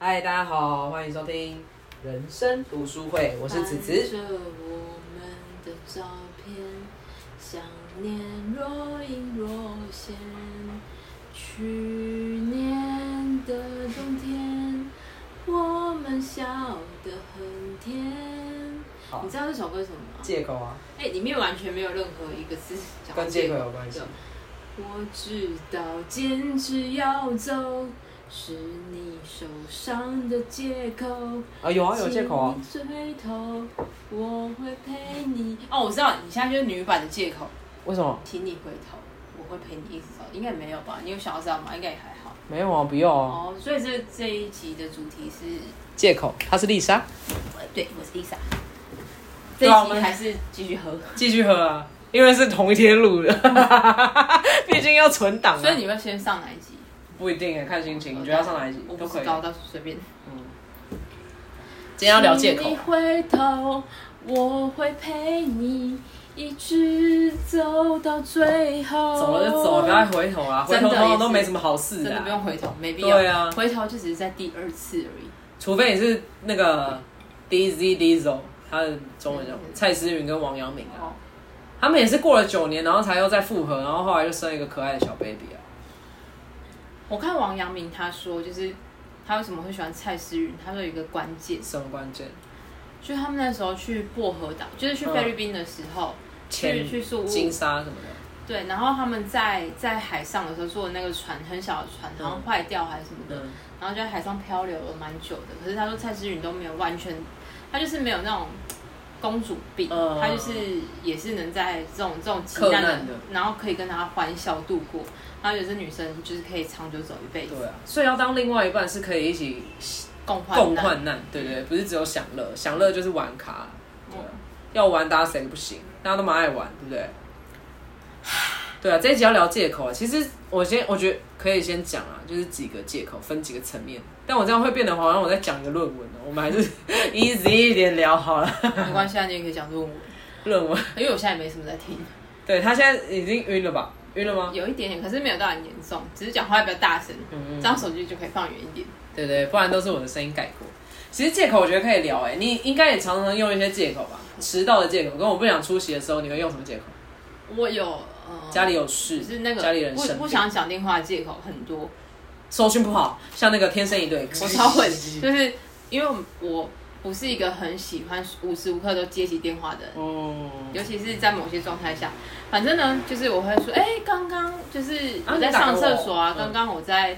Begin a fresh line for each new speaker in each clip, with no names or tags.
嗨，大家好，欢迎收听人生读书会，我是子
看
子。
着我们的照片，想念若隐若现。去年的冬天，我们笑得很甜
好。
你知道这首歌是什么吗？
借口啊，
哎、里面完全没有任何一个字讲到
跟借口有关系
对。我知道坚持要走，是你受伤的借口。
啊，有啊，有借口啊。
请你追头，我会陪你。哦，我知道，你现在就是女版的借口，
为什么？
请你回头，我会陪你一直走。应该没有吧？你有想要这样吗？应该也还好。
没有啊，不用啊。
哦，所以这这一集的主题是，
借口，她是丽莎。
呃对，我是 Lisa。这
对啊
一
我
集
们
还是继续喝，
继续喝啊，因为是同一天录的， 毕竟要存档、啊。
所以你会先上哪一集？
不一定啊，看心情，你觉得要上哪一集
我
都
不
可
知
以。
道，到时候随便。
今天要聊借口
请你，回头，我会陪你一直走到最后。
走了就走，不要再回头啊，回
真的
头通常
也
都
是
没什么好事
真
的
的
啊、
不用回头，没必要。
对啊
回头就只是在第二次而已。
除非你是那个 DZ Diesel，他的中文叫
嗯
蔡思芸跟王阳明啊，
哦，
他们也是过了九年，然后才又再复合，然后后来就生一个可爱的小 baby 啊。
我看王阳明他说，就是他为什么会喜欢蔡诗芸，他说有一个关键，
什么关键？
就是他们那时候去薄荷岛，就是去
嗯
菲律宾的时候，
前
去宿务
金沙什么的，
对，然后他们在在海上的时候坐的那个船，很小的船，好像坏掉还是什么的，
嗯，
然后就在海上漂流了蛮久的。可是他说蔡诗芸都没有完全，她就是没有那种公主病，
嗯
她就是也是能在这种这种极难
克难的
然后可以跟她欢笑度过。然后有些女生就是可以长久走一辈子，
对啊，所以要当另外一半是可以一起
共患
共
难。
患难，对对，对不是只有享乐，享乐就是玩咖，对啊
嗯，
要玩大家谁不行？大家都蛮爱玩，对不对？对啊，这一集要聊借口啊。其实我先，我觉得可以先讲啊，就是几个借口，分几个层面。但我这样会变得好像我在讲一个论文哦、我们还是 easy 一点聊好了。
没关系，啊，你也可以讲论文，
论文，
因为我现在也没什么在听，
对他现在已经晕了吧？晕了吗？
有一点点，可是没有到很严重，只是讲话比较大声，
嗯
这样手机就可以放远一点。
对对，不然都是我的声音盖过。其实借口我觉得可以聊哎、你应该也常常用一些借口吧？迟到的借口，跟我不想出席的时候，你会用什么借口？
我有呃，
家里有事，
只哦是那个
家里人
不
生
不
病，
想讲电话的借口很多，
收讯不好，像那个天生一对，
我超会，就是因为我不是一个很喜欢无时无刻都接起电话的人，
哦，
尤其是在某些状态下。反正呢，就是我会说，哎、刚刚就是
啊
我在
你打给
上
我
厕所啊
嗯，
刚刚、我在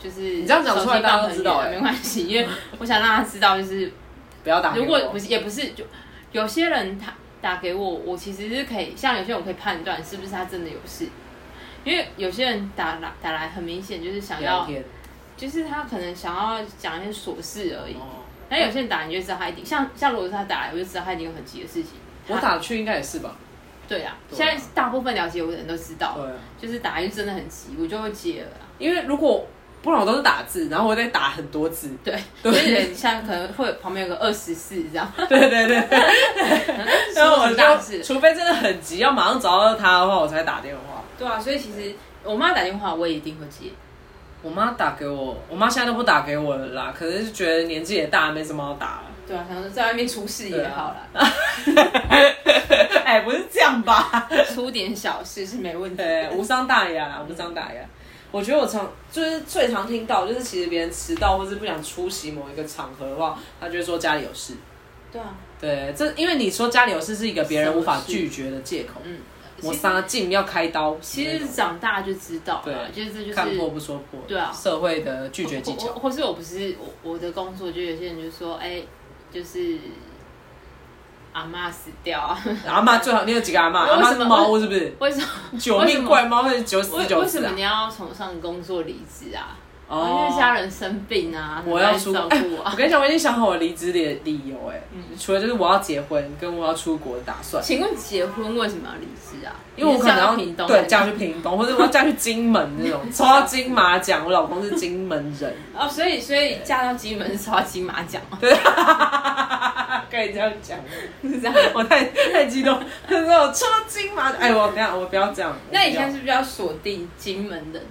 就是你
这样讲出来大家都知道哎
没关系，因为我想让他知道，就是
不要打给我。
如果不是也不是，就有些人他打给我，我其实是可以，像有些人我可以判断是不是他真的有事，因为有些人打来打来很明显就是想
聊
要，
天，
就是他可能想要讲一些琐事而已。
哦，
但有些人打你就知道他一定，像像如果是他打来，我就知道他一定有很急的事情。
我
他
打去应该也是吧？
对啊，
对啊
现在大部分了解我的人都知道，
对啊，
就是打来就真的很急，我就会接了啦。
因为如果不然我都是打字，然后我再打很多字，
对，
对
所以人现在可能会旁边有个二十四这样，
对对对对，
然
然后
后
我
很大事
就。除非真的很急，要马上找到他的话，我才打电话。
对啊，所以其实我妈打电话我也一定会接，
我妈打给我，我妈现在都不打给我了啦，可能是觉得年纪也大，没什么好打了。
对啊，想说在外面出事也好啦，
哎、不是这样吧？
出点小事是没问题
啊对，
的。
无伤大雅啦，无伤大雅。我觉得我常就是最常听到，就是其实别人迟到或是不想出席某一个场合的话，他就会说家里有事。
对啊，
对，这因为你说家里有事是一个别人无法拒绝的借口。
嗯，
我
其实
杀进要开刀，
其实长大就知道了，
对
就是这就是
看破不说破，
对啊
社会的拒绝技
或
巧。
或或是我不是我我的工作，就有些人就说，哎、就是阿妈死掉啊，
阿妈最好，你有几个阿妈？
为
阿妈
什
是
么
猫是不是？
为什 么？
九命怪猫是九死
为
九
为什
死
么
啊
你！要从上工作离职啊？因为家人生病啊，
哦我要
很
出
难照
哎
顾啊
我。跟你讲，我已经想好我离职的理由哎、
嗯
除了就是我要结婚跟我要出国的打算，
请问结婚为什么要离职啊？
因为我可能要
你是嫁到屏东
对
还是
嫁去屏东，或者我要嫁去金门那 种，抽到金马奖，我老公是金门人，
哦，所以所以嫁到金门是抽到金马奖吗？ 啊
可以这样讲。
是这样。
我太太激动，他说我抽到金马，哎，我等一下我不要这样。
那你
我不
现
要
在是不是要锁定金门人？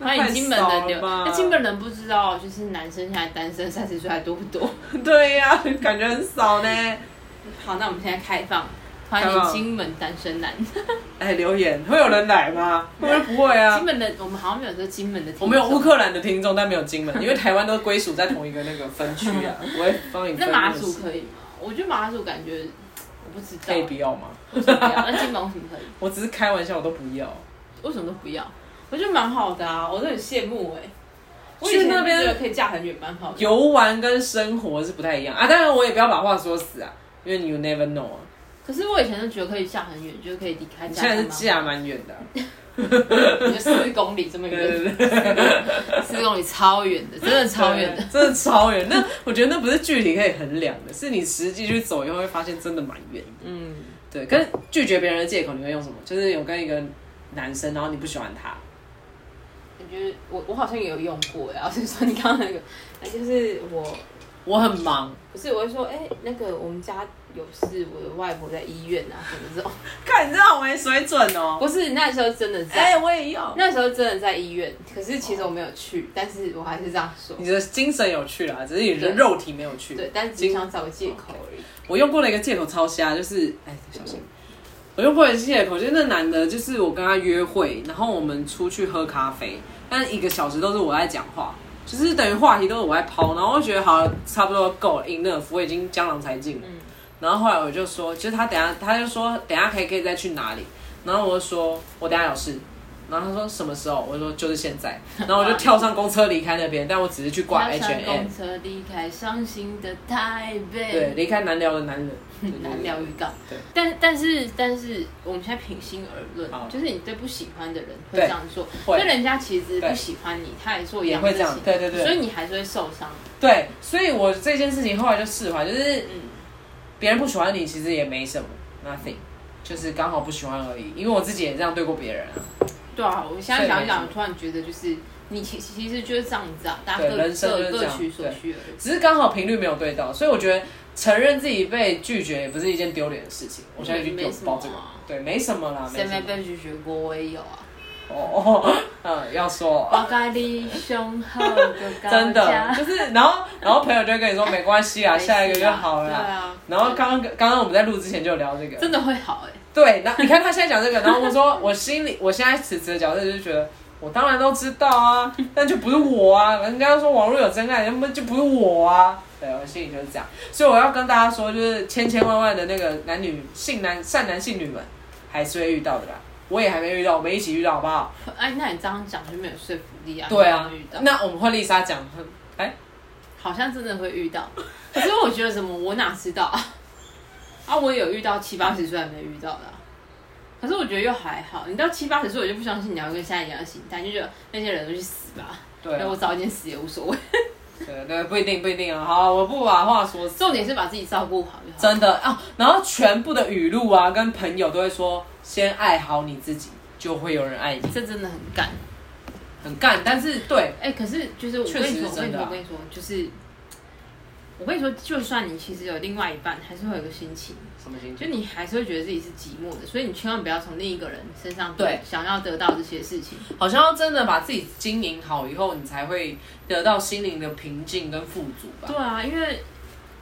欢迎金门
太
的
少
留，
了吧
那金门人不知道，就是男生现在单身三十岁还多不多？
对呀、感觉很少呢。
好，那我们现在开放，欢
开
迎
放
金门单身男。
哎，留言会有人来吗？会不会不会啊
金？门的，我们好像没有说金门的听众，
我们有乌克兰的听众，但没有金门，因为台湾都归属在同一个那个分区 啊。我会帮你分。
那马祖可以吗？我觉得马祖感觉我不知道，
可以不要吗？
为什么不要？那金门为什么可以？
我只是开玩笑，我都不要。
为什么都不要？我觉得蛮好的啊，我都很羡慕哎、我以
去
前
那边
觉得可以嫁很远，蛮好的。
游玩跟生活是不太一样啊。当然，我也不要把话说死啊，因为你 you never know 啊。
可是我以前都觉得可以嫁很远，就是可以离开
你
家
现
乡
在
嘛。
是嫁蛮远的啊、
你就四公里这么
对对
远，
对对，
四公里超远的，真的超远的。
真的超远。那我觉得那不是距离可以衡量的，是你实际去走以后会发现真的蛮远的。
嗯，
对，跟拒绝别人的借口你会用什么？就是有跟一个男生，然后你不喜欢他，
我觉得我我好像也有用过然后就说你刚刚那个，那就是我
我很忙，
不是我会说，哎、那个我们家有事，我的外婆在医院啊什么这种，
看你这好没水准哦。
不是那时候真的在。
哎、我也要。
那时候真的在医院，可是其实我没有去，但是我还是这样说。
你的精神有趣啦，只是你的
对
肉体没有趣。
对，但是只想找个借口而已。
我用过了一个借口超瞎，就是哎，小心。我用过一个借口，就是那男的，就是我跟他约会，然后我们出去喝咖啡，但一个小时都是我在讲话，就是等于话题都是我在抛，然后我就觉得好差不多够了，enough，我已经江郎才尽了。
嗯
然后后来我就说，就是他等下，他就说等下可以可以再去哪里，然后我就说我等下有事，然后他说什么时候？我就说就是现在，然后我就跳上公车离开那边，但我只是去 挂
跳
H
上
M，
公车离开伤心的台
对，
北，
离开难聊的 男人，对对对
难聊预告
对。
但但是但是，我们现在平心而
好
论，就是你对不喜欢的人会
对
这样做，
会
那人家其实
对
不喜欢你，他也做一
也
样的
会
事
这样
情，，
对对对，
所以你还是会受伤。
对，所以我这件事情后来就释怀，就是
嗯，
别人不喜欢你，其实也没什么，nothing，就是刚好不喜欢而已。因为我自己也这样对过别人啊，
对啊，我现
所
在
以
想一
没
想，
什么
突然觉得就是你其其实就是这样子啊，大家
对
各
人生就
各
是这
各
样
取所
对
需而已。
只是刚好频率没有对到，所以我觉得承认自己被拒绝也不是一件丢脸的事情。我现在已经丢爆这个
嗯没什么啊，
对，没什么啦，没
谁
什
没
么。
被拒绝过？我也有啊。
哦哦，嗯，要说。
我跟你胸厚的高架
真的就是，然后然后朋友就会跟你说没关系啊，
没事啊
下一个就好了
对
啦。
啊，
然后刚刚刚刚我们在录之前就有聊这个，
真的会好哎、
对，那你看他现在讲这个，然后我说我心里，我现在此时的角色就是觉得，我当然都知道啊，但就不是我啊。人家说网络有真爱，那么就不是我啊。对，我心里就是这样，所以我要跟大家说，就是千千万万的那个男女性男善男信女们，还是会遇到的啦。我也还没遇到，我们一起遇到好不好？
哎，那你这样讲就没有说服力啊。
对啊
你没有遇到，
那我们换丽莎讲，哎，
好像真的会遇到，可是我觉得什么，我哪知道啊？ 啊，我有遇到七八十岁还没遇到的啊、可是我觉得又还好。你到七八十岁，我就不相信你要跟现在一样的心态，就觉得那些人都去死吧，
对
那
啊
我早一点死也无所谓。
对对，不一定不一定啊。好，我不把话说死。
重点是把自己照顾好就好。
真的啊、然后全部的语录啊，跟朋友都会说，先爱好你自己，就会有人爱你，
这真的很干。
很干。但是对，
哎、可是就是我
确
跟
实
你说，
是
我跟
真
你
的
说，
啊
我跟你说，就是我跟你说，就算你其实有另外一半，还是会有一个心情，
什么心
就
情？
你还是会觉得自己是寂寞的，所以你千万不要从另一个人身上
对
想要得到这些事情。
好像要真的把自己经营好以后，你才会得到心灵的平静跟富足吧
对。啊，因为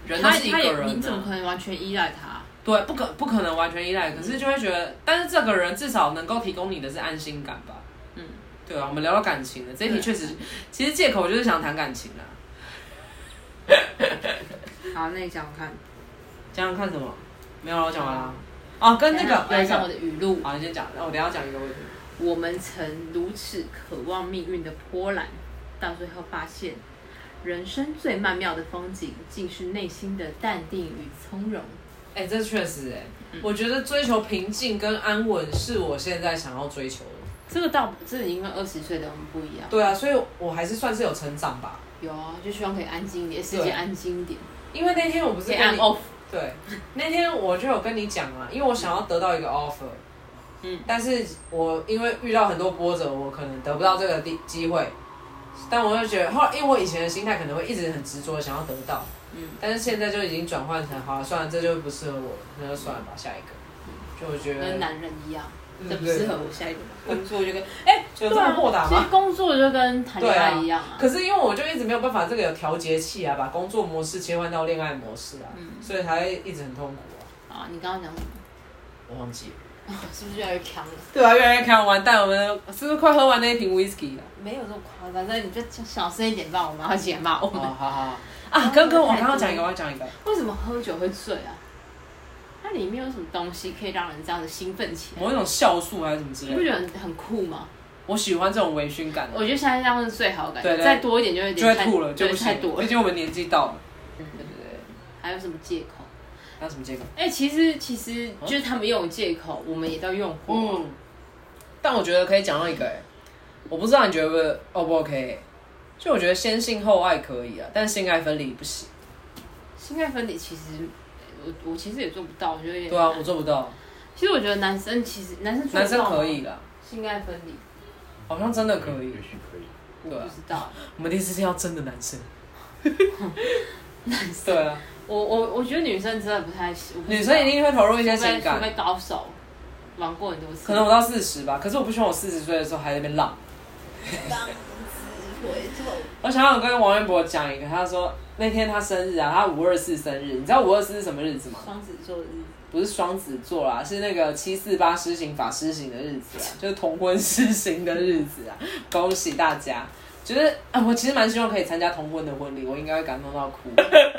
人都
他
是一
他
个
也
人、啊，
你怎么可能完全依赖他？
对，不可不可能完全依赖，可是就会觉得，但是这个人至少能够提供你的是安心感吧。
嗯，
对啊，我们聊到感情了，这一题
对
确实，其实借口就是想谈感情啦。啊
好，那你讲讲看，
想想看什么？没有了，我讲完了。哦，跟那个，
来啊讲我的语录。
好，你先讲，那我等一下讲一个问题。
我们曾如此渴望命运的波澜，到最后发现，人生最曼妙的风景，竟是内心的淡定与从容。
哎、这确实哎、
嗯
我觉得追求平静跟安稳是我现在想要追求的。
这个倒这个因为二十岁的我们不一样，
对啊，所以我还是算是有成长吧。
有啊，就希望可以安静一点，世界
对
安静一点，
因为那天我不是
可以
跟
按
你
off。
对，那天我就有跟你讲啊，因为我想要得到一个 offer，
嗯，
但是我因为遇到很多波折，我可能得不到这个机机会，但我就觉得后来，因为我以前的心态可能会一直很执着地想要得到，
嗯，
但是现在就已经转换成好了，算了，这就不适合我，那就算了吧，下一个，就我觉
跟
得嗯
男人一样，啊
这不适合我下一个工作
哎
就跟
有这么豁达
其实
吗？
工作就跟谈恋爱一样啊。
可是因为我就一直没有办法，这个有调节器啊，把工作模式切换到恋爱模式啊，所以才会一直很痛苦啊。
嗯啊，你刚刚讲什么？
我忘记了。
是不是越来越强了？
对啊，越来越看完蛋，我们是不是快喝完那一瓶 whisky 了？
没有这么夸张，但你就小声一点吧，我妈姐骂我
哦，
们。
好好好啊，跟跟我刚刚讲一个，我要讲一个，
为什么喝酒会醉啊？它里面有什么东西可以让人这样子兴奋起来？
某一种酵素还是什么之
你不
类的，
觉得很很酷吗？我
我喜欢这种微醺感的，
觉得现在这样是最好的感
对
觉，
对
再多一点就有
就会
点太
吐了，就
对
不
太
行
多
了，
了
毕。竟我们年纪到了。对对对，
还有什么借口？
还有什么借口？
哎、其实其实就是他们用的借口，我们也都用过。
嗯，但我觉得可以讲到一个、欸，我不知道你觉得 O 不 OK，、欸、就我觉得先性后爱可以啊，但性爱分离不行。
性爱分离其实我我其实也做不到，我觉得有点
对啊，
难
我做不到，
其实我觉得男生其实男生做
男
得
生
到吗
可以啦，
性爱分离，
好像真的可以
也。许可以。
对
我
啊
不，知道。
我们第一次听到真的男生。 对啊，
我我我觉得女生真的不太行，我不知道
女生一定会投入一些
除非
情
除
感，
非高手玩过很多次，
可能我到四十吧，可是我不希望我四十岁的时候还在那边浪。
浪子回头。
我想想跟王彦博讲一个，他说那天他生日啊，他五二四生日，你知道五二四是什么日子吗？
双子座的日子
不是双子座啦，是那个七四八施行法施行的日 子啊，就是同婚施行的日子啊， 恭喜大家！就是啊，我其实蛮希望可以参加同婚的婚礼，我应该会感动到哭。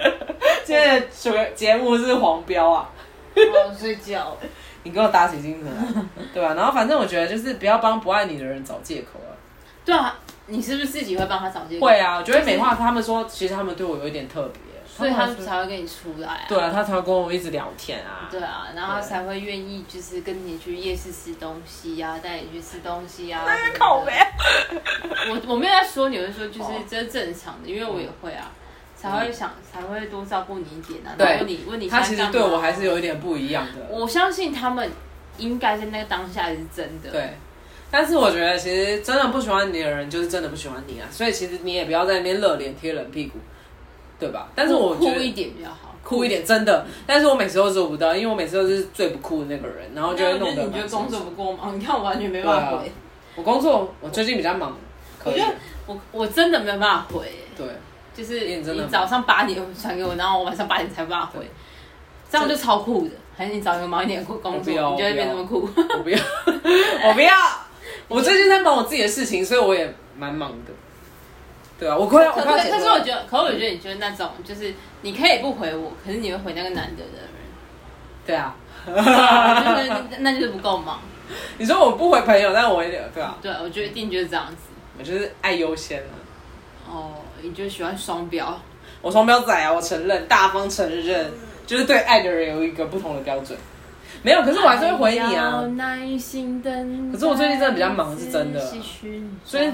今天的主节目是黄标啊，
我要睡觉。
你给我打起精神来，对吧、然后反正我觉得就是不要帮不爱你的人找借口啊。
对啊，你是不是自己会帮他找借口？
会，啊，我觉得美化他们说，其实他们对我有一点特别，
所以他
们说
才会跟你出来啊。
对啊，他才会跟我一直聊天啊。
对啊，然后他才会愿意就是跟你去夜市吃东西呀、带你去吃东西 呀、啊。什么的
靠呗。
我我没有在说你，我是说就是
哦嗯
这是正常的，因为我也会啊，才会想才会多照顾你一点啊。
对
然后问你问你
他其
现在
实
干
对
嘛
我还是有一点不一样的。
我相信他们应该在那个当下是真的。，
对，但是我觉得其实真的不喜欢你的人，就是真的不喜欢你啊。所以其实你也不要在那边热脸贴冷屁股，对吧？但是我
酷
觉
酷一
得
点比较好。
酷一点，真的。但是我每次都做不到，因为我每次都是最不酷的那个人，然后
那我
就
觉
会
得
弄得
你觉
蛮
得
辛苦
工作不够忙？你看我完全没
对
办法
啊
回，。
我工作，我最近比较忙，可
我
以
觉得我我真的没有办法回，
对，
就是
因为你真的
你早上八点传给我，然后我晚上八点才有办法回，这样就超酷的。还是你找一个忙一点的工
我不
作，
要
你就会变这么酷。
我不 要，我不要，我最近在忙我自己的事情，所以我也蛮忙的。对啊，我快要，
可
我
可
快要解
可
脱
是我
了
觉得，可是我觉得你就是那种，就是你可以不回我，可是你会回那个难得 的人，
对 啊，
就是那那就是不够忙。
你说我不回朋友，但我也对啊，
对，我觉得一定就是这样子。
我就是爱优先啊。
哦，你就喜欢双标。
我双标仔啊，我承认，大方承
嗯
认，就是对爱的人有一个不同的标准。没有，可是我还是会回
哎
你啊。。
耐心等。
可是我最近真的比较忙是真的所以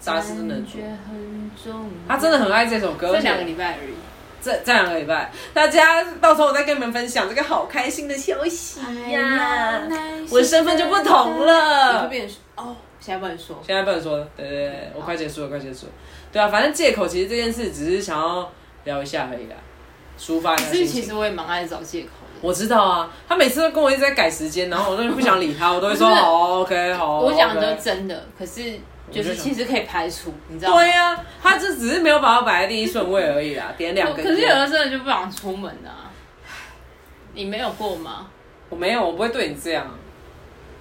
杂志真的很多，他真的很爱这首歌，
这
而且
两个礼拜而已。
这这两个礼拜，大家到时候我再跟你们分享这个好开心的消息
哎
哎呀、我的身份就不同
你就
了。
变成哦，现在不能说。
现在不能说了，对对对，我快结束了，快结束了。对啊，反正借口其实这件事只是想要聊一下而已啦，抒发一
可
下
是
心
其实
情。
我也蛮爱找借口的。
我知道啊，他每次都跟我一直在改时间，然后我都不想理他，我都会说
不是
好哦，OK，好哦。
我讲的
OK
都是真的，可是就是其实可以排除，你知道吗？
对呀、他就只是没有把它摆在第一顺位而已 啦，点两
可
根
可是有
烟。
的真的就不想出门啊。你没有过吗？
我没有，我不会对你这样，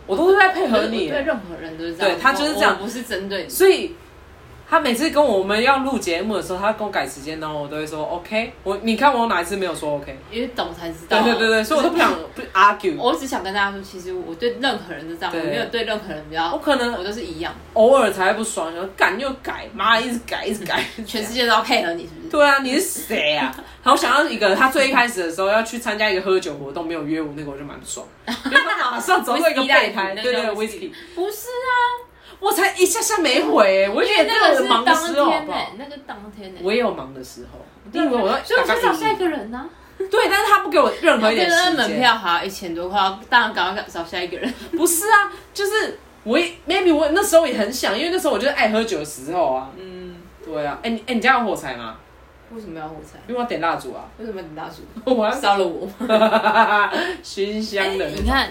我都是在配合你
我对。任何人都是这样。
对他就是这样
我我不是针对你。
所以他每次跟我们要录节目的时候，他跟我改时间，然后我都会说 OK 我。你看我哪一次没有说 OK？
因为懂才知道、
对
啊。
对对对，所以我都不 想不 argue。
我只想跟大家说，其实我对任何人都这样，我
对
没有对任何人比较，
我可
我
能
都是一样，
偶尔才会不爽，想说改又改，妈一直改一直改。
全世界都要配合你，是不是？
对啊，你是谁 啊？然后想到一个，他最一开始的时候要去参加一个喝酒活动，没有约我，那个我就蛮不 爽，因为他马上找到一个
Whisky 代
备
理
胎，
那
对
个
对
叫
whisky，
不是啊，
我才一下下没回、我
因
也
为那
那
个
个
是
忙的
当
时候好
天
不
呢、
好？
那个当天呢、
我也有忙的时候，你
对
以为我要
所以我
打
就找下一
个
个人呢、啊。
比？对，但是他不给我任何一点
对那
时
门
间。
票还要一千多块，当然赶快找下一个人。
不是啊，就是我也 maybe 我那时候也很想，因为那时候我就是爱喝酒的时候啊。
嗯，
对啊，哎、你哎、你家有火柴吗？
为什么要火柴？
因为我要点蜡烛啊，
为什么你大叔
我要
烧了我？
熏香的那种。
哎你看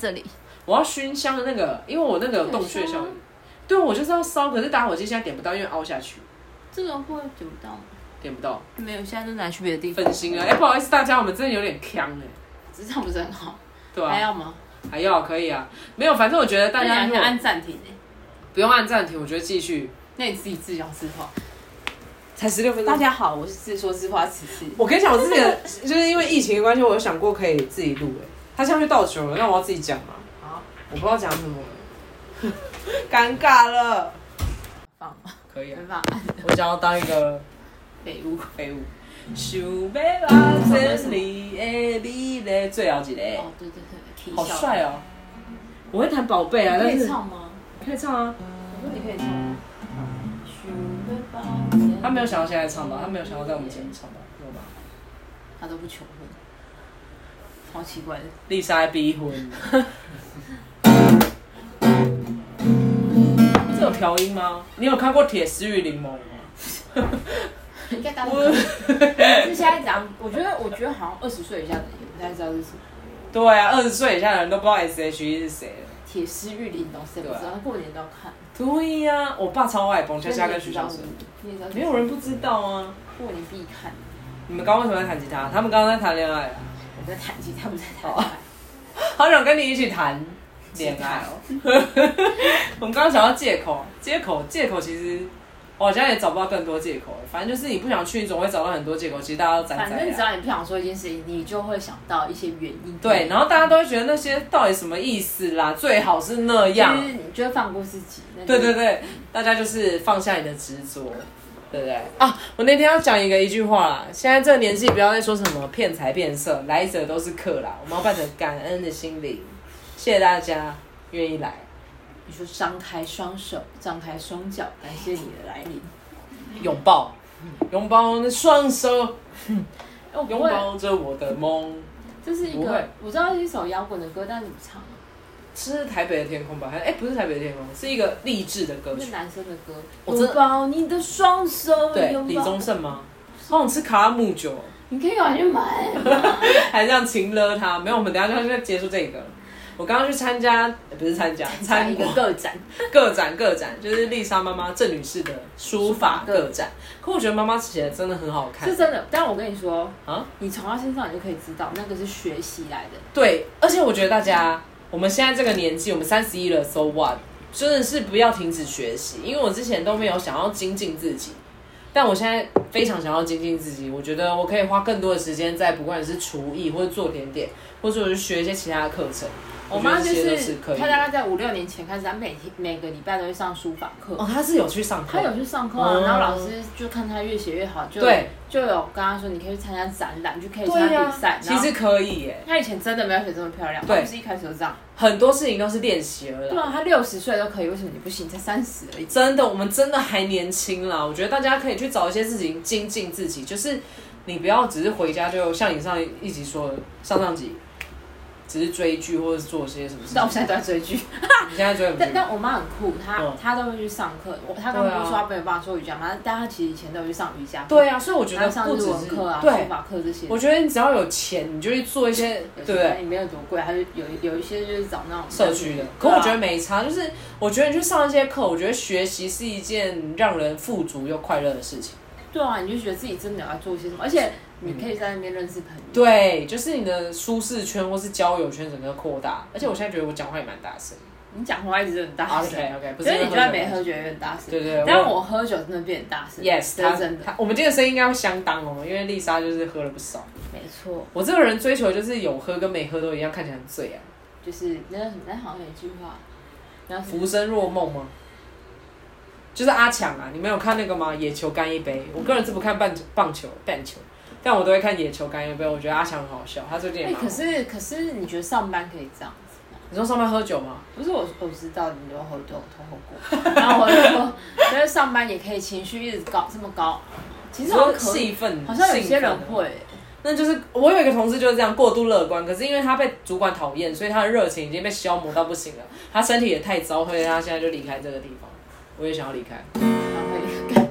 这里，
我要熏香的那个，因为我那个有洞穴效
有
应
香。
对，我就是要烧，可是打火机现在点不到，因为凹下去，
这个会点不到吗？
点不到，
没有，现在都拿去别的地方。
分心了。哎、不好意思，大家，我们真的有点呛哎、
这样不是很好？
对
还
啊，
要吗？
还要可以啊，没有，反正我觉得大
那
家如
你还可以
果
按暂停哎，
不用按暂停，我觉得继续
那你自己自讲自话。
才十六分
大。家好，我是自说自话此事。
我跟你讲，我自己的就是因为疫情的关系，我有想过可以自己录哎、他现在去倒酒了，那我要自己讲嘛。
好，
我不知道讲什么， 尴尬了。
放
可以啊
没，办法按
我想要当一个
废物。
废物。想要把这里的美丽最后一个，
哦，对啊对对，
好帅哦！我会弹宝贝啊，
可
但
以
是
唱吗？
可以唱啊。
我说你可以唱吗。
他
嗯
没有想到现在唱吧？他没有想到在我们节目唱吧？有吧？
他都不求婚，好奇怪的。
丽莎在逼婚。 这有调音吗？你有看过《铁丝与柠檬》吗？
应该大部分
我
都是下一张，我觉得我觉得好像二十岁以下的也不太知道是什么。
对啊，二十岁以下的人都不知道 S.H.E 是谁了。
铁丝玉林懂谁不知道？过年都要看。
对呀、我爸超爱彭佳佳跟徐小生，
你也知道
没有人不知道啊。
过年必看。
你们刚刚为什么在弹吉他？他们刚刚在谈恋爱啊。
我在弹吉他，不在弹恋爱。
好想跟你一起谈恋爱哦。我们刚刚讲到借口，借口，借口，其实哦我好像也找不到更多借口了。反正就是你不想去，你总会找到很多借口。其实大家都啊攒
反
攒
正只
呀。
要你不想说一件事情，你就会想到一些原因。
对，然后大家都会觉得那些到底什么意思啦？最好是那样。
就是你就会放过自己。那
对对
你，
对，大家就是放下你的执着，对不对？啊，我那天要讲一个一句话啦，现在这个年纪不要再说什么骗财骗色，来者都是客啦，我们要抱着感恩的心灵，谢谢大家愿意来。
你说张开双手，张开双脚，感谢你的来临。
拥抱，拥抱我的双手，
哎，我
拥
不会，
抱着我的梦。
这是一
不会
个我知道是一首摇滚的歌，但是怎么唱啊？
是台北的天空吧？还哎、不是台北的天空，是一个励志的歌
是
曲。
男生的歌。
我真
拥抱你的双手，
对，
拥
李
抱
宗盛吗？好想吃卡拉木酒，
你可以往去买。
还这样情勒他。没有，我们等一下就要结束这个。我刚刚去参加，呃不是参加，
参
参
一
观
个个展，
个展个展，就是丽莎妈妈郑女士的书法个展。可我觉得妈妈写的真的很好看
是真的。但我跟你说，
啊。
你从他身上你就可以知道，那个是学习来的。
对，而且我觉得大家，我们现在这个年纪，我们三十一了，so what？真的是不要停止学习，因为我之前都没有想要精进自己，但我现在非常想要精进自己。我觉得我可以花更多的时间在不管是厨艺，或者做甜点，或者我去学一些其他的课程。
我妈就
觉得这些都
是
是可以
她
的。
大概在五六年前开始，她每天每个礼拜都会上书法课。
哦，她是有去上课
她，有去上课啊，
嗯
然后老师就看她越写越好，就
对
就有跟她说你可以去参加展览，就可以参
对
加
呀、
比赛。
其实可以耶，
她以前真的没有写这么漂亮，
对
她不是一开始就这样。
很多事情都是练习而来
对。啊，她六十岁都可以，为什么你不行？才三十 而已。
真的，我们真的还年轻啦。我觉得大家可以去找一些事情精进自己，就是你不要只是回家就像你上一集说的上上集，只是追剧或者是做些什么事
但我
情。
现在都在追剧。
你现在追不
但
追？
但我妈很酷，她、
嗯
她都会去上课。啊我她刚刚
对啊
不是说她没有办法说瑜伽嘛，但她其实以前都有去上瑜伽课，
对啊，所以我觉
然
得
后上
不
日
只
文
是
课啊、书
对，
法课这些。
我觉得你只要有钱，你就去做一些，对
有
不
些
对？
也没有多贵，她就有有一些就是找那种
社区的，可
对啊
我觉得没差，就是我觉得你去上一些课，我觉得学习是一件让人富足又快乐的事情。
对啊，你就觉得自己真的要做些什么，而且你可以在那边认识朋友。
对，就是你的舒适圈或是交友圈整个扩大，而且我现在觉得我讲话也蛮大声。
你讲话一直都很大声，
OK OK，不
所
是
以你啊就算没
喝
喝酒也很大声。
对对对
但
我
我喝酒真的变很大声
，yes，
这
他
是真的，
他我们这个声音应该会相当哦，因为丽莎就是喝了不少。
没错，
我这个人追求就是有喝跟没喝都一样，看起来很醉啊，
就是那叫什么，那好像有一句话，然后
浮生若梦吗？就是阿强啊，你们有看那个吗？野球干一杯，我个人是不看棒棒球棒球，但我都会看野球干一杯。我觉得阿强很好笑，他最近也
哎、
蛮好
可是可是你觉得上班可以这样子吗？
你说上班喝酒吗？
不是我，我知道你都喝都有偷喝 过，然后我就说，但是上班也可以情绪一直高这么高，其
你
实好
说
像可以，
气氛，
好像有
兴
些人
奋啊
会，
那就是我有一个同事就是这样过度乐观，可是因为他被主管讨厌，所以他的热情已经被消磨到不行了。他身体也太糟，所以他现在就离开这个地方。我也想要离开。
然后会干。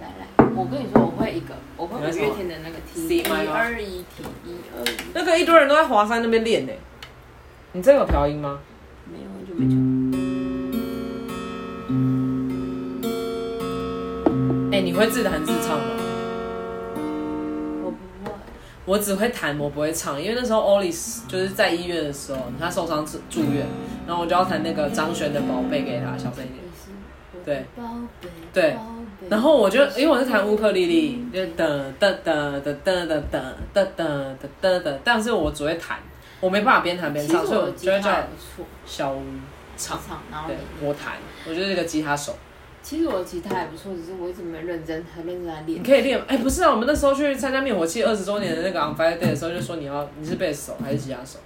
来来，我跟你说，我会一个，我会
你会
五
什么
月天的那个 T 一
See my
二一 T 一二一，
那个一堆人都在华山那边练呢、你这个有调音吗？
就被抢。
哎、你会自弹自唱吗？
我不会，
我只会弹，我不会唱，因为那时候 Olis 就是在医院的时候，他受伤住住院，然后我就要弹那个张悬的《宝贝》给他，小声一点。
也是
对，
宝贝，
对
宝贝
然后我就因为我是弹乌克丽丽，就
嗯
噔噔噔噔噔噔噔噔噔噔噔，但是我只会弹，我没办法边弹边
其实
唱，所以
我
我
的吉
就会
他也
叫
不错，
小吴唱
唱。唱，然后
对
你。，
我弹，我就是一个吉他手。
其实我的吉他也不错，只是我一直没认真很认真在
你
练。
可以练，哎、不是啊，我们那时候去参加灭火器二十周年的那个
嗯
On Fire Day 的时候，就说你要你是贝斯手还是吉他手？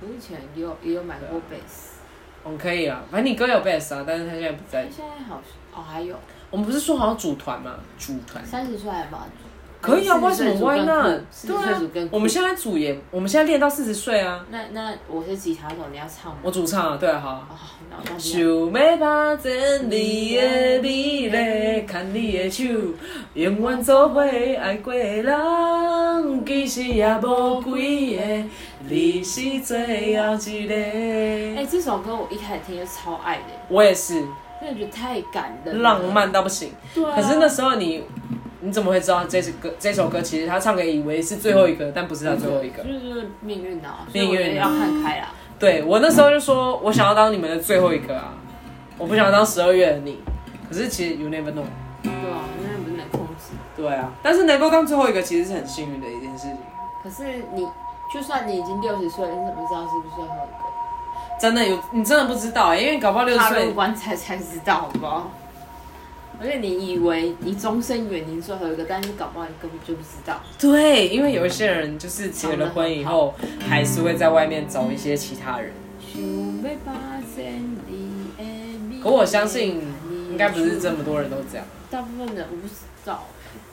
我以前也有也有买过贝斯，
我可以啊，反正你哥有贝斯啊，但是他现在不在
但。现在好哦还有
我们不是说好要组团吗？组团
三十岁还吧，
可以啊，为什么 Why not？
四
对
十岁
啊
组更，
我们现在组也，我们现在练到四十岁啊。
那那我是吉他手，你要唱吗？
我主唱啊，对啊，好啊。
哦，那我忘
想
记了。
要把整你的美丽牵你的手，永远做伙爱过的人，其实也无几个，你是最后一
哎、
个。
这首歌我一开始听就超爱的，
我也是，
真的觉得太感人了，
浪漫。到不行。
对、啊，
可是那时候你，你怎么会知道这首歌？这首歌其实他唱给以为是最后一个，但不是他最后一个
就。是命运啊，
命运啊
所以我觉得要看开啦。
对我那时候就说，我想要当你们的最后一个啊，我不想当十二月的你。可是其实 you never know。
对啊，因为不能控制。
对啊，但是能够当最后一个其实是很幸运的一件事情，
可是你就算你已经六十岁，了，你怎么知道是不是最后一个？
真的有你真的不知道、欸因为搞不好六十
踏入
岁，
棺材才知道，好不好？而且你以为你终身远离最后一个，但是搞不好你根本就不知道。
对，因为有一些人就是结了婚以后，还是会在外面找一些其他人。可我相信
嗯
应该不是这么多人都这样。
大部分人我不知道。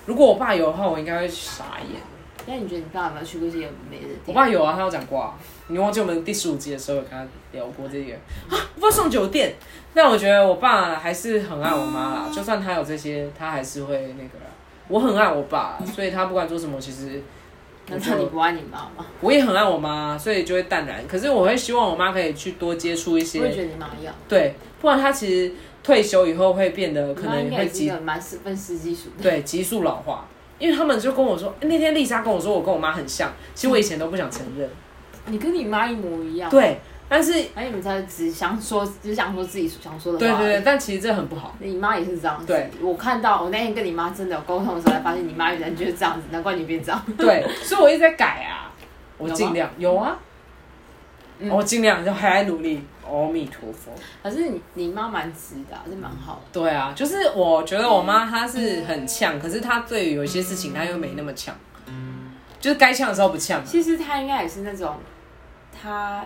如果我爸有的话，我应该会傻眼。
那你觉得你爸有没有去过一些有没的
我
地方？
爸有啊，他有讲过啊。你忘记我们第十五集的时候有跟他聊过这个啊？我爸送酒店，但我觉得我爸还是很爱我妈啦，就算他有这些，他还是会那个啦。我很爱我爸，所以他不管做什么，其实
难道你不爱你妈吗？
我也很爱我妈，所以就会淡然。可是我会希望我妈可以去多接触一
我也
些，
觉得你妈一样，
对，不然她其实退休以后会变得可
你妈
能
应该
会
也是一
急
个蛮十分司机属的。
对急速老化。因为他们就跟我
嗯
说，那天丽莎跟我说我跟我妈很像，其实我以前都不想承认，
嗯你跟你妈一模一样。。
对，但是
而且你们才只想说，只想说自己想说的
对
话。
对对，但其实这很不好。
你妈也是这样子。
对，
我看到我那天跟你妈真的有沟通的时候，才发现你妈原来就是这样子，难怪你变这样。
对，所以我一直在改啊，我尽量有啊，
嗯
我尽量就还在努力。阿弥陀佛。
可是你你妈蛮直的、啊，是蛮好的。
对啊，就是我觉得我妈她是很呛，可是她对于有一些事情她又没那么呛，就是该呛的时候不呛。
其实她应该也是那种，她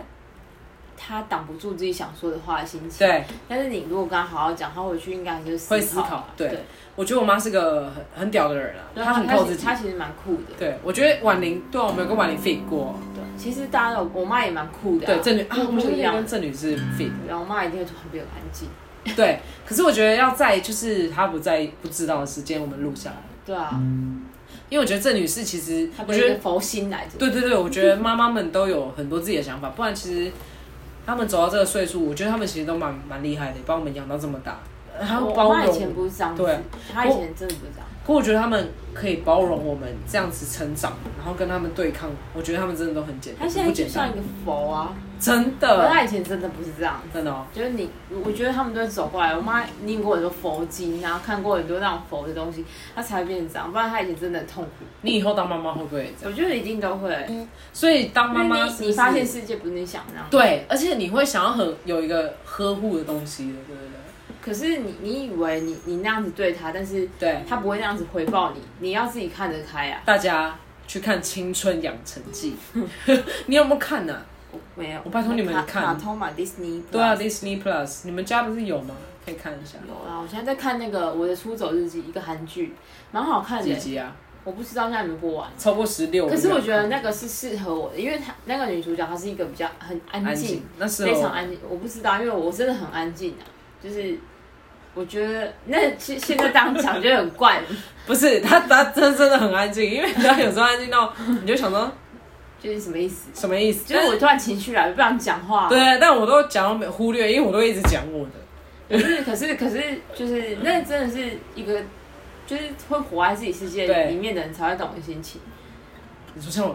她挡不住自己想说的话的心情。。
对，
但是你如果跟她好好讲，她回去应该还是
会思考
考。啊
对我觉得我妈是个很很屌的人啊，
对
她很靠自己
她。其实蛮酷的。
对，我觉得婉玲，对啊，我们有跟婉玲 fit 过，
对。其实大家都有，我妈也蛮酷的、啊。
对郑女啊，我们
不
现
一
在
样
跟。郑女士 fit，
然后我妈一定会突然变得安静。
对。可是我觉得要在就是她不在不知道的时间，我们录下来，
对啊，
因为我觉得郑女士其实，
她
我
不
觉得
是佛心来着。
对对对，我觉得妈妈们都有很多自己的想法，不然其实他们走到这个岁数，我觉得他们其实都蛮蛮厉害的，把我们养到这么大，还有
我
包
我妈以前
容。
不是这样
对
子，她以前真的不是这样。
可我觉得他们可以包容我们这样子成长，然后跟他们对抗，我呃觉得他们真的都很简
她
单，
现
不
在就
简
像
单
一，个佛啊，
真
可
的
她以前真的不是这样。
真的哦。
就是你，我觉得他们都会走过来。我妈念过很多佛经啊，看过很多那种佛的东西，她才会变成这样。不然她以前真的很痛苦。
你以后当妈妈会不会也这样？
我觉得一定都会，
所以当嗯妈
因
妈
为
是
你
不
你
是
发现世界不是你想的那样。
对，而且你会想要很有一个呵护的东西的，对不对？
可是你你以为你你那样子对她，但是
对，
她不会那样子回报你，你要自己看得开啊。
大家去看《青春养成 记》，你有没有看呢、啊
我没有，
我拜托你们
卡
看
卡通嘛，Disney。
对啊。，Disney Plus，你们家不是有吗？可以看一下。
有啊，我现在在看那个《我的出走日记》，一个韩剧，蛮好看
几
的。
集啊？
我不知道现在有没有播完，
超过十六。
可是我觉得那个是适合我的，因为她那个女主角她是一个比较很安
安
静
静，，那是
非常安静。我不知道，因为我真的很安静啊，就是我觉得那现现在这样讲就很怪，
不是他他真真的很安静，因为他有时候安静到你就想说
就是什么意思？
什么意思？
就是我突然情绪来了，不想讲话。
对，但我都讲到没忽略，因为我都一直讲我的。
可是可是可是，就是那真的是一个，就是会活在自己世界
对
里面的人才会懂的心情。
你说像我，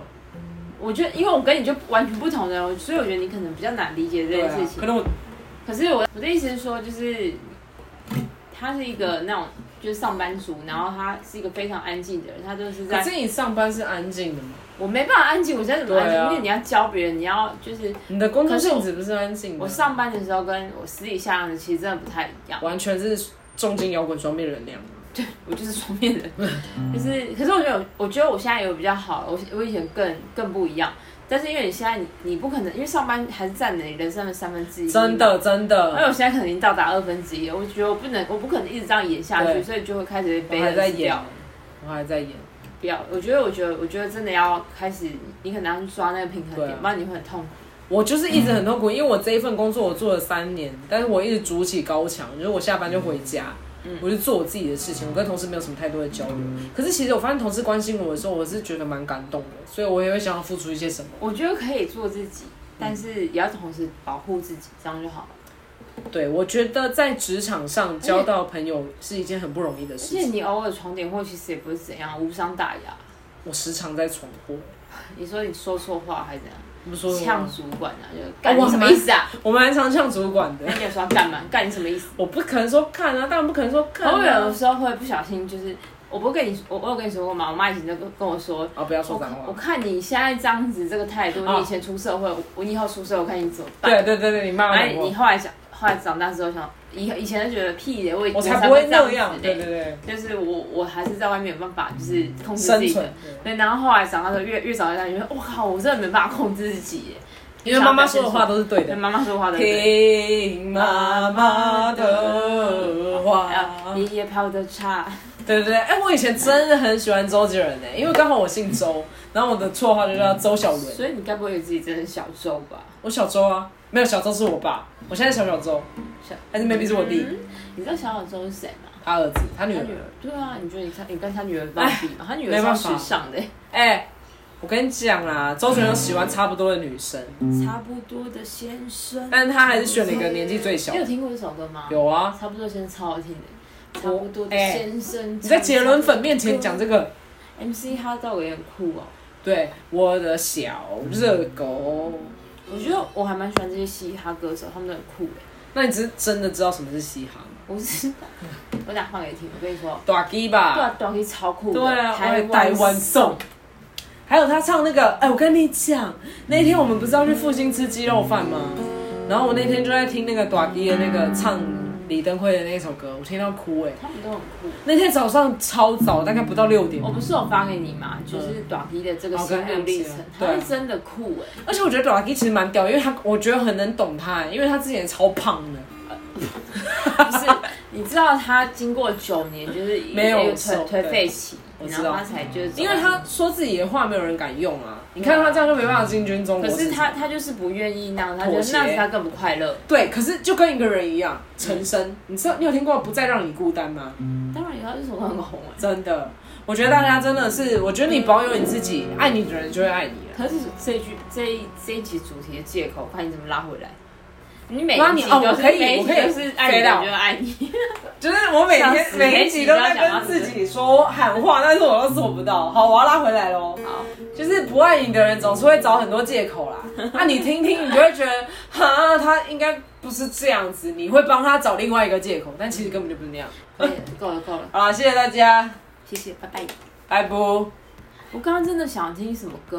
我觉得，因为我跟你就完全不同的人，所以我觉得你可能比较难理解这
对
件
啊
事，情。
可能我
可是我我的意思是说，就是他是一个那种就是上班族，然后他是一个非常安静的人，他就是
可
在
是你上班是安静的吗？
我没办法安静，我现在怎么安静？
对啊
因为你要教别人，你要就是
你的工作性质不是安静的，
我上班的时候跟我私底下的其实真的不太一样，
完全是重金摇滚双面人那样。
我就是双 面人，就是可是我觉得我我觉得我现在有比较好，我我以前更更不一样。但是因为你现在你你不可能，因为上班还是占了你人生的三分之一，
真的真
因为
的，
哎我现在可能已经到达二分之一了，我觉得我不能，我不可能一直这样演下去，
对
所以就会开始
我
被
还在演
掉。，
我还在演。
不要，我觉得，我觉得，我觉得真的要开始，你可能要去抓那个平衡
对
点
啊，
不然你会很痛苦。
我就是一直很痛苦，因为我这一份工作我做了三年，但是我一直筑起高墙，就是我下班就回家，
嗯
我就做我自己的事情，我跟同事没有什么太多的交流。可是其实我发现同事关心我的时候，我是觉得蛮感动的，所以我也会想要付出一些什么。
我觉得可以做自己，但是也要同时保护自己，这样就好了。嗯
对，我觉得在职场上交到朋友是一件很不容易的
而
事
且
情。
你偶尔闯点祸，其实也不是怎样，无伤大雅。
我时常在闯祸，
你说你说错话还是怎样？
不是说什么
呛主管啊，就干
哦我
你什么
蛮
意思啊？
我们还常呛主管的
那，你有说要干嘛？干你什么意思？
我不可能说看啊，当然不可能说看
我有
啊。
时候会不小心，就是我不会跟你，我我有跟你说过吗？我妈以前就跟跟我说，
啊，不要说
我
脏
看哦我
话。
看你现在这样子这个态度，
哦
你以前出社会，我我以后出社会，我看你怎么办？
对对对对，你骂
哎，
我
你，后来想，后来长大之后想，以以前就觉得屁的，我
我
我
才不会
这
那样。
子
对
嘞
对对。
就是我我还是在外面有办法，就是控制自
生
己
存
的。。对，然后后来长大之后，越越长越大，你觉得我靠，我真的没办法控制自己耶。
因为妈妈说的话都是对
对，
的。
妈妈说话的对。
听妈妈哎的
啊，
话。
爷爷泡的茶，
对对对，哎、我以前真的很喜欢周杰伦呢、因为刚好我姓周，然后我的绰号就叫周小伦。
所以你该不会以为自己真的小周吧？
我小周啊，没有小周是我爸，我现在小小周，
小
还是 maybe 是我弟，
嗯你知道小小周是谁吗？
他儿子，他女
他
儿
女。儿。对啊，你觉得你看你跟他女儿相比
啊
吗？他女儿
没办
超
法
时尚的耶。
哎、我跟你讲啦，周杰伦喜欢差不多的女生，
嗯
差不多的先生。
但是他还是选了一个年纪最小
你有
的。
听过这首歌吗？
有啊，
差不多先生超好听的，差
我
不多的
哎
先生。
你在杰伦粉面前讲这个，
嗯 MC 哈到我也很酷哦。
对，我的小热狗。
我觉得我还蛮喜欢这些嘻哈歌手，他们都很酷哎。
那你只是真的知道什么是嘻哈吗？
我知道，我打放给你听。我跟你说，
短 G
对
吧，
啊，短 K 超酷的，
对啊，
台
台湾
湾
颂。还有他唱那个，哎、我跟你讲，那天我们不是要去复兴吃鸡肉饭吗？然后我那天就在听那个短 G 的那个唱李登辉的那首歌，我听到哭哎、
他们都很酷。
那天早上超早，大概不到六点，
我不是有发给你吗？
嗯
就是短 K 的这个
哦
心
跟
路历
MC
程
啊，
他
对
们
啊
真的酷哎。
而且我觉得短 G 其实蛮屌，因为他我觉得很能懂他、哎因为他之前也超胖的，
不是，你知道他经过九年，就是一
没有
一个
瘦
颓颓
对
废期，
我
然
知
后
道
他才就是走
因为
到
他说自己的话没有人敢用啊，你看他这样就没办法进军中国
可
市场。
是他他就是不愿意那样，他觉
妥
得
协
那样子他更不快乐。
对，可是就跟一个人一样，陈升，你知道你有听过《不再让你孤单》吗？
当然，他这首歌很红哎。
真的，我觉得大家真的是，我觉得你保有你自己，爱你的人就会爱你了。
可是这一句这一这一集主题的借口，看你怎么拉回来。你每一
拉你
集
哦
都
我
是
可以
每一
我
集
可以
都是爱你，
飞到
我就爱你。
就是我每
笑
天
死
每一集都在
每一集都
跟
要讲到
自己说喊话，但是我都做不到。好，我要拉回来喽。
好，
就是不爱你的人总是会找很多借口啦。 那、你听听，你就会觉得，哈，他应该不是这样子，你会帮他找另外一个借口，但其实根本就不是那样。
可以了 够了够了，
好啦，谢谢大家，
谢谢，拜拜。
拜拜。
我刚刚真的想听什么歌？